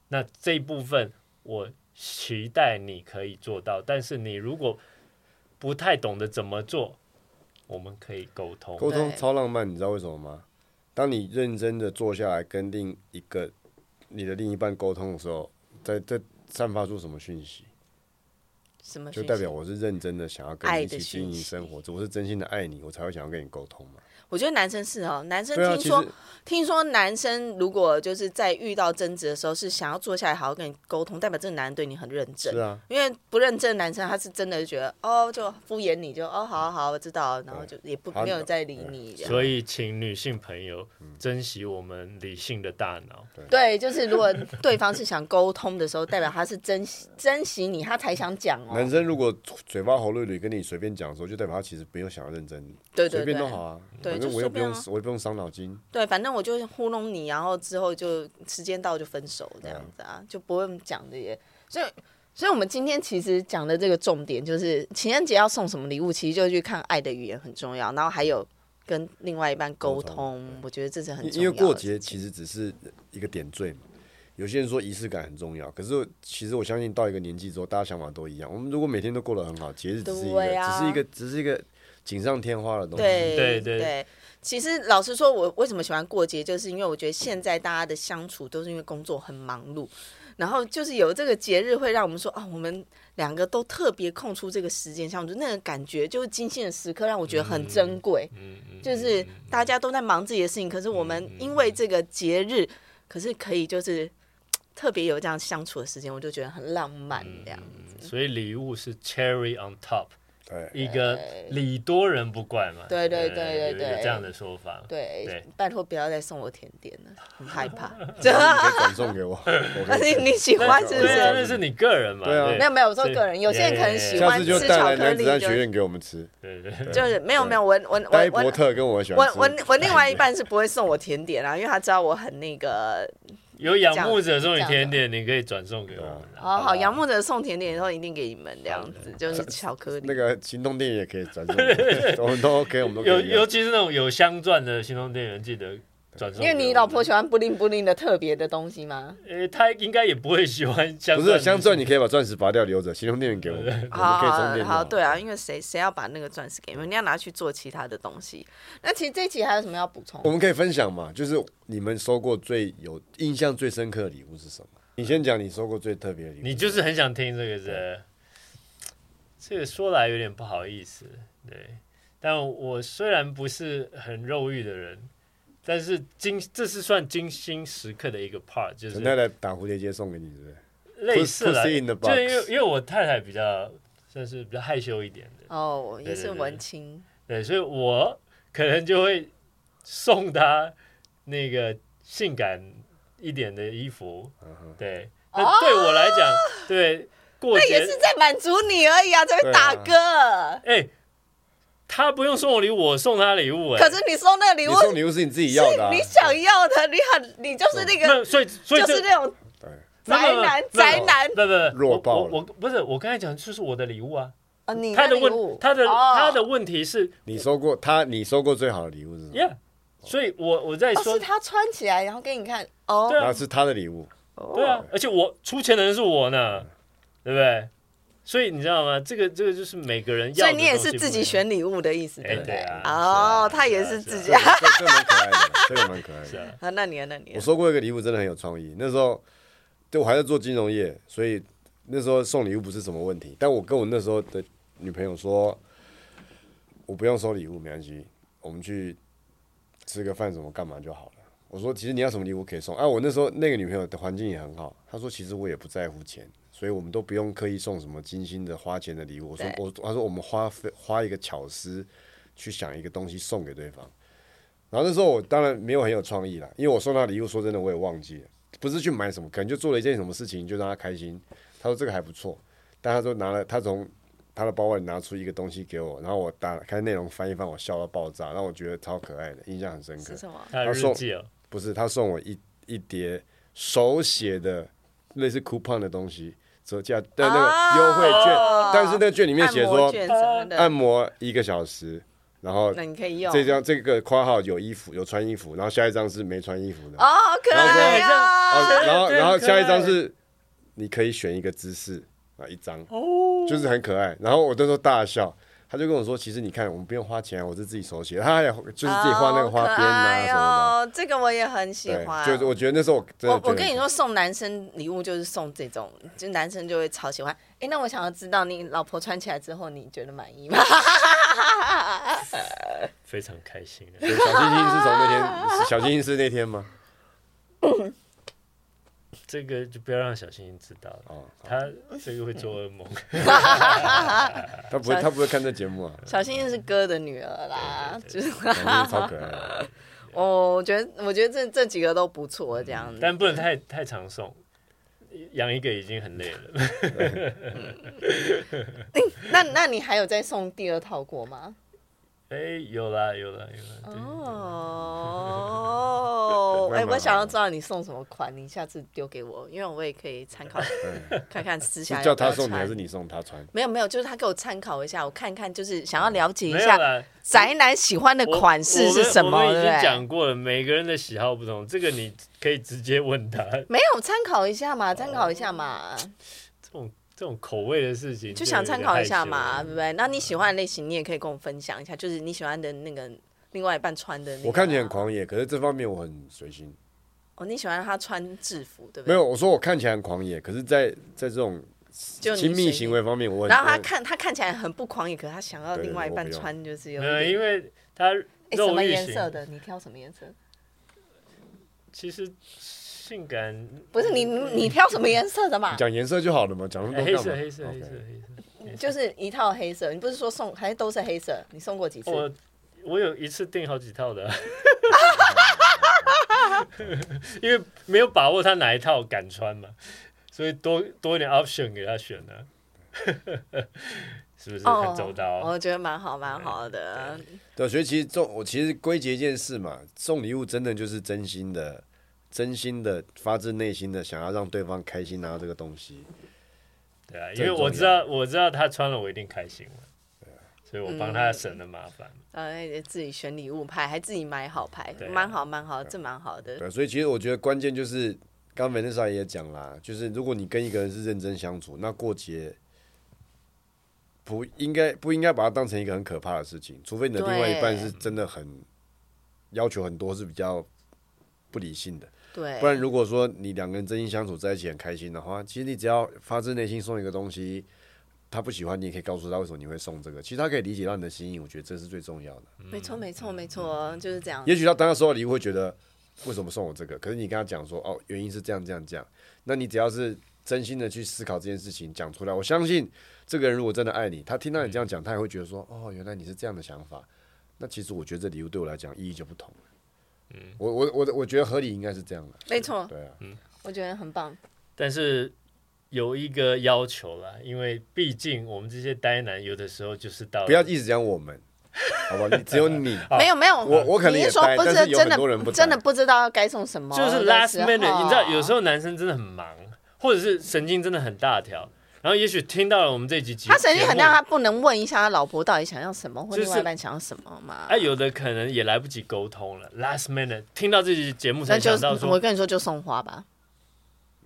A: 那这一部分我期待你可以做到，但是你如果不太懂得怎么做，我们可以沟通。
C: 沟通
B: 对
C: 超浪漫，你知道为什么吗？当你认真的坐下来跟另一个你的另一半沟通的时候，在在散发出什么讯息？
B: 什么
C: 就
B: 讯
C: 代
B: 息
C: 表我是认真的想要跟
B: 爱
C: 你一
B: 的
C: 起
B: 讯
C: 经营
B: 息
C: 生活，我是真心的爱你，我才会想要跟你沟通嘛。
B: 我觉得男生是哦，男生
C: 对啊，
B: 听
C: 其
B: 说、
C: 实
B: 听说男生如果就是在遇到争执的时候，是想要坐下来好好跟你沟通，代表这个男人对你很认真
C: 是。啊。
B: 因为不认真的男生，他是真的觉得哦，就敷衍你就哦，好好好，我知道了，然后就也不
C: 好嗯
B: 没有再理你这样。
A: 所以，请女性朋友珍惜我们理性的大脑。
B: 对，就是如果对方是想沟通的时候，代表他是珍惜珍惜你，他才想讲哦。
C: 男生如果嘴巴喉咙里跟你随便讲的时候，就代表他其实没有想要认真，
B: 对对对
C: 随便，都好啊。
B: 对
C: 反正我又不
B: 就随便
C: 用
B: 啊，
C: 我又不用伤脑筋。
B: 对，反正我就糊弄你，然后之后就时间到就分手这
C: 嗯
B: 样子啊，就不会讲这些。所以，所以我们今天其实讲的这个重点就是情人节要送什么礼物，其实就去看爱的语言很重要，然后还有跟另外一半沟
C: 沟
B: 通，
C: 通
B: 我觉得这是很重
C: 因
B: 要
C: 因
B: 的
C: 为过节
B: 事情
C: 其实只是一个点缀嘛。有些人说仪式感很重要，可是其实我相信到一个年纪之后，大家想法都一样。我们如果每天都过得很好，节日只是一
B: 对
C: 个，
B: 啊
C: 只是一个，只是一个锦上添花的东西。
B: 对
A: 对
B: 对
A: 对
B: 其实老实说，我为什么喜欢过节，就是因为我觉得现在大家的相处都是因为工作很忙碌，然后就是有这个节日会让我们说啊，我们两个都特别空出这个时间相处，那个感觉就是精心的时刻，让我觉得很珍贵。
A: 嗯嗯，
B: 就是大家都在忙自己的事情，可是我们因为这个节日，可是可以就是。特别有这样相处的时间，我就觉得很浪漫这样。
A: 嗯所以礼物是 cherry on top，
C: 对，
A: 一个礼多人不怪嘛。
B: 对对
A: 嗯
B: 对对
A: 有一个
B: 对
A: 这样的说法。
B: 对，
A: 对
B: 拜托不要再送我甜点了，很 害怕。
C: 你可以转送给我，我可以
B: 你你喜欢是不
A: 对啊，
B: 是？
A: 那是你个人嘛。
C: 对啊
B: 没有没有，我说个人，有些人可能喜
C: 下
B: 欢
C: 次就
B: 吃
C: 带
B: 巧
C: 来
B: 克
C: 男子
B: 力，
C: 汉
B: 就
C: 学院给我们吃。
A: 对对对，
B: 就是没有没有，我我
C: 呆
B: 我
C: 伯
B: 我
C: 特跟我喜欢
B: 我
C: 吃，
B: 我我另外一半是不会送我甜点啊，因为他知道我很那个。
A: 有仰慕者送你甜点，你可以转送给我们啊。
B: 哦，好，杨木的送甜点的时候一定给你们这样子，就是巧克力。
C: 嗯那个行动电影也可以转送给我，我 们都 OK，我们都
B: 哦
A: 尤
C: 可以
A: 尤
C: 要。
A: 其是那种有镶钻的心动店员，记得转送。
B: 因为你老婆，喜欢布灵布灵的特别的东西吗？
A: 呃，她应该也不会喜欢镶
C: 不
A: 钻。
C: 是镶钻，你可以把钻石拔掉留着，行动电 源给我们，我们可以充
B: 好
C: 电
B: 好
C: 用。
B: 对啊，因为谁谁要把那个钻石给你们，你要拿去做其他的东西。那其实这一集还有什么要补充
C: 我？们可以分享嘛，就是你们收过最有印象最深刻的礼物是什么？你先讲你收过最特别的礼物，
A: 你就是很想听这个是？这个说来有点不好意思，对。但我虽然不是很肉欲的人，但是精这是算精心时刻的一个 part，就
C: 陈
A: 是
C: 太太打蝴蝶结送给你，对不对？
A: 类似了，就
C: Pussy in
A: 因
C: the
A: 为
C: box
A: 因为我太太比较算是比较害羞一点的，
B: 哦，也
A: 对
B: 是
A: 对对
B: 文青
A: 对，所以我可能就会送她那个性感一点的衣服，
C: 嗯
A: 对。那对我来讲，对过
B: 哦那
A: 节
B: 也是在满足你而已啊，这位大
C: 对
B: 哥。
A: 哎、他不用送我礼物，我送他礼物、哎，
B: 可是你送那个礼
C: 你
B: 物
C: 送礼物是你自己要的啊，
B: 是你想要的，你很你就是那个
A: 嗯那所以所以
B: 就
A: 这、
B: 是那种
C: 对
B: 宅男
A: 那那
B: 宅男
A: 不不不，
C: 弱
A: 我
C: 爆
A: 我
C: 了
A: 我不是我刚才讲就是我的礼物啊，
B: 啊，你
A: 他的
B: 礼
A: 问
B: 物
A: 他的、
B: 哦
A: 他的问题是
C: 你收过他，你收过最好的礼物是什么？
A: ，Yeah，所以我我在
B: 哦
A: 说、
B: 是他穿起来然后给你看哦
A: 对，
C: 然后是他的 礼物，
A: 对啊，而且我出钱的人是我呢，对不对？所以你知道吗？这个这个就是每个人要的
B: 所以你也
A: 东西不
B: 是
A: 一样
B: 自己，选礼物的意思，
A: 哎
B: 对不对
A: 对啊？
B: 哦，
A: 是啊
B: 他也是自己
C: 这个这个蛮可爱的，这个蛮可 爱
A: 是
C: 的。
A: 啊
B: 啊，那你啊，那你
C: 我
B: 啊
C: 收过一个礼物，真的很有创意。那时候，对我还在做金融业，所以那时候送礼物不是什么问题。但我跟我那时候的女朋友说，我不用收礼物，没关系，我们去吃个饭什么干嘛就好了。我说，其实你要什么礼物可以送。啊，我那时候那个女朋友的环境也很好，她说其实我也不在乎钱，所以我们都不用刻意送什么精心的花钱的礼物。我说
B: 对
C: 我，她说我们花费花一个巧思去想一个东西送给对方。然后那时候我当然没有很有创意啦，因为我送她礼物，说真的我也忘记了，不是去买什么，可能就做了一件什么事情就让她开心。她说这个还不错，但她说拿了，她从她的包外拿出一个东西给我，然后我打开内容翻一翻，我笑到爆炸，让我觉得超可爱的，印象很深刻
B: 是。什么？
A: 他的日记哦，
C: 不是，他送我一一叠手写的类似 coupon 的东西，折价但那
B: 啊
C: 个优惠券，但是那个券里面
B: 按
C: 写
B: 摩
C: 说
B: 卷什么的
C: 按，摩一个小时，然后
B: 那你可以用
C: 这张这个括号有衣服有穿衣服，然后下一张是没穿衣服的，
B: 哦，好可爱
A: 然后说
B: 呀！
C: 哦然后
A: 对
C: 然后
A: 很可
C: 下一张
A: 爱
C: 是你可以选一个姿势啊一张，
A: 哦，
C: 就是很可爱。然后我那时候大笑，他就跟我说，其实你看我们不用花钱啊，我是自己手写，他还就是自己画那个
B: 哦
C: 花边
B: 么
C: 啊什么的。
B: 的，哦这个我也很喜
C: 对，
B: 欢。
C: 就是我觉得那时候我真的
B: 我
C: 觉
B: 我
C: 得
B: 跟你说，送男生礼物就是送这种，就男生就会超喜欢。哎，那我想要知道你老婆穿起来之后，你觉得满意吗？
A: 非常开心啊。
C: 对小星星是从那天， 是小星星是那天吗？
A: 这个就不要让小星星知道了，
C: 哦，
A: 他这个会做噩梦。
C: 他不会，他不会看这节目啊，
B: 小星星是哥的女儿啦， 就是
C: 小星星超可 爱的。
B: 哦，我觉得我觉得这这几个都不
C: 嗯
B: 错，这样子。
A: 但不能太太常送，养一个已经很累了。
B: 那那你还有再送第二套过吗？
A: 哎、有啦有啦有啦，对
B: 哦，
C: 对
B: 哎，
C: 蛮好
B: 我想要知道你送什么款，你下次丢给我，因为我也可以参考看看私
C: 是
B: 下
C: 叫
B: 要不要
C: 他送你，
B: 穿
C: 还是你送他穿？
B: 没有没有，就是他给我参考一下，我看看，就是想
C: 嗯
B: 要了解一
A: 没有
B: 下
A: 啦，
B: 宅男喜欢的
A: 我
B: 款式是什
A: 我
B: 么，
A: 们我
B: 对
A: 们已
B: 不
A: 经
B: 对？
A: 讲过了，每个人的喜好不同，这个你可以直接问他。
B: 没有参考一下
A: 哦
B: 嘛，参考一下嘛，
A: 这种这种口味的事情，
B: 就想参考一下嘛，对不对？那你喜欢的类型，你也可以跟我分享一下，就是你喜欢的那个另外一半穿的那个啊。
C: 我看起来很狂野，可是这方面我很随心。
B: 哦，你喜欢他穿制服，对不
C: 没
B: 对？
C: 有，我说我看起来很狂野，可是在在这种
B: 就你
C: 亲密
B: 随
C: 行
B: 意
C: 为方面，我很
B: 然后他看他看起来很不狂野，可是他想要
C: 对
B: 另外一
C: 我
B: 半
C: 不要
B: 穿就是有
A: 没有，
B: 点。
A: 因为他
B: 哎，什
A: 肉
B: 么
A: 欲
B: 颜
A: 型
B: 色的？你挑什么颜色？
A: 其实性感
B: 不是你你挑什么颜色的嘛？
C: 讲颜色就好了嘛，讲那么
A: 啊哎黑
C: 多干嘛？
A: 色黑色
C: OK
A: 黑色黑色，
B: 就是一套黑色，你不是说送还是都是黑色？你送过几次？
A: 我我有一次订好几套的， 因为没有把握他哪一套敢穿嘛，所以多多一点 option 给他选呢、 是不是很周到？
B: 哦
A: 哦
B: 我觉得蛮好蛮好的。
C: 对，啊所以其实送我其实归结一件事嘛，送礼物真的就是真心的、真心的、发自内心的想要让对方开心拿到这个东西。
A: 对啊，因
C: 这
A: 为
C: 很
A: 我
C: 重
A: 知道我知道他穿了我一定开心嘛，嗯所以我帮他省了麻烦。
B: 呃，自己选礼物牌，还自己买好牌
A: 对，啊
B: 蛮好蛮好，这蛮好的。
C: 对，啊所以其实我觉得关键就是，刚 Vanessa 也讲啦，就是如果你跟一个人是认真相处，那过节不应该不应该把它当成一个很可怕的事情，除非你的另外一半
B: 对
C: 是真的很要求很多，是比较不理性的。
B: 对
C: 不，然如果说你两个人真心相处在一起很开心的话，其实你只要发自内心送一个东西，他不喜欢你也可以告诉他为什么你会送这个，其实他可以理解到你的心意，我觉得这是最重要的。
B: 没错没错没错，就是这样。
C: 也许他当时哦收到礼物会觉得为什么送我这个，可是你跟他讲说哦，原因是这样这样这样，那你只要是真心的去思考这件事情，讲出来，我相信这个人如果真的爱你，他听到你这样讲，他也会觉得说哦，原来你是这样的想法。那其实我觉得这礼物对我来讲意义就不同了。嗯，我我我我觉得合理应该是这样的。
B: 没错，
C: 对啊，
B: 我觉得很棒。
A: 但是有一个要求啦，因为毕竟我们这些呆男有的时候就是到了
C: 不要一直讲我们，好吧？你只有 你，
A: 啊
B: 没有没有，
C: 我我可能
B: 你
C: 也
B: 是说
C: 呆
B: 不
C: 但是有
B: 真
C: 很多人不
B: 的真的
C: 呆
B: 不知道该送什么哦
A: 就
B: 的时候，
A: 是 last minute，你知道有时
B: 候
A: 候男生真的很忙，或者是神经真的很大条，然后也许听到了我们这集集
B: 他神经很大，
A: 节
B: 他不能问一下他老婆到底想要什么，或
A: 就是
B: 另外一半想要什么嘛
A: 目，？啊，有的可能也来不及沟通了，last minute 听到这集节目
B: 那
A: 才
B: 就
A: 想到
B: 我
A: 说
B: 跟你说，就送花吧。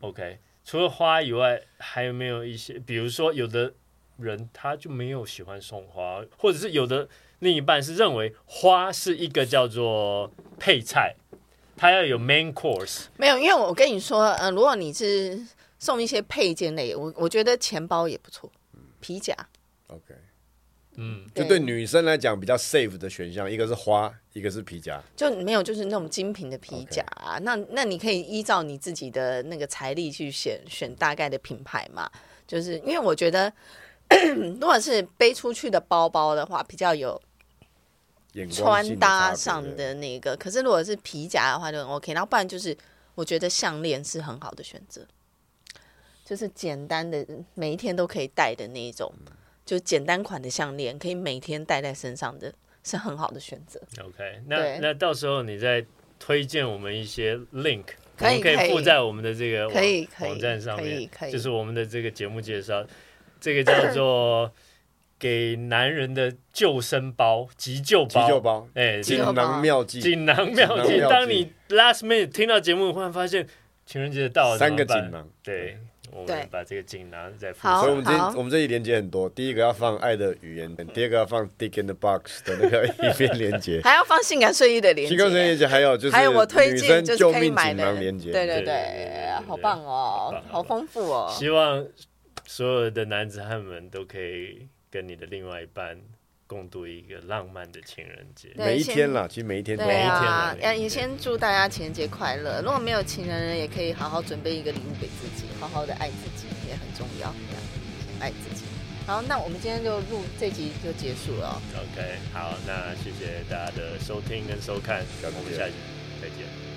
A: ，OK，除了花以外，还有没有一些，比如说有的人他就没有喜欢送花，或者是有的另一半是认为花是一个叫做配菜，它要有 main course，
B: 没有，因为我跟你说，嗯、如果你是送一些配件类，我我觉得钱包也不错，皮夹。
C: OK，
A: 嗯，
C: 就对女生来讲比较 safe 的选项，一个是花，一个是皮夹。
B: 就没有就是那种精品的皮夹、啊那那你可以依照你自己的那个财力去选选大概的品牌嘛。就是因为我觉得， 如果是背出去的包包的话，比较有
C: 眼光
B: 穿
C: 性的
B: 搭
C: 差
B: 上
C: 别
B: 的那个。可是如果是皮夹的话就很 OK，然后不然就是我觉得项链是很好的选择，就是简单的每一天都可以戴的那一种，
C: 嗯
B: 就简单款的项链，可以每天戴在身上的是很好的选择。
A: OK，
B: 对
A: 那那到时候你再推荐我们一些 link，
B: 可以
A: 我们可
B: 可以
A: 附在我们的这个网
B: 可以可以
A: 网站上面，
B: 可以可以
A: 就是我们的这个节目介绍，这个 叫做给男人的救生包、急救
C: 急
A: 包，
C: 救包，
A: 哎，这
B: 急
C: 锦
A: 个
B: 救包
C: 囊妙计，
A: 锦囊妙
C: 锦
A: 计。
C: 囊妙计
A: 当你 last minute 听到节目，忽然发现情人节到了，
C: 三个
A: 怎么
C: 锦
A: 办，
C: 囊。
A: 对，我
B: 对
A: 们把这个锦囊再附
B: 好
A: 上
C: 所以我们这
B: 好
C: 我们这里连接很多，第一个要放《爱的语言》，第二个要放《Dick in the Box》的那 个一边连 接，
B: 还要放性感睡衣的连接。
C: 新歌连接还有就是
B: 还有我推
C: 女
B: 荐
C: 生
B: 就是
C: 救
B: 可以
C: 命
B: 买
C: 锦
B: 的，
C: 囊连接，
B: 对对
A: 对对对
B: 对
A: 对，
B: 好棒
A: 好
B: 哦
A: 棒，
B: 好丰富哦。
A: 希望所有的男子汉们都可以跟你的另外一半共度一个浪漫的情人节。
B: 对
C: 每一天啦，其实每一天都
B: 对
A: 每一天
B: 啊
A: 啊，
B: 要也先祝大家情人节快乐。如果没有情人，也可以好好准备一个礼物给自己，好好的爱自己也很重要，这样爱自己。好，那我们今天就录这集就结束了哦，
A: OK，好，那谢谢大家的收听跟收看，
C: 下次见
A: 我们下集再见，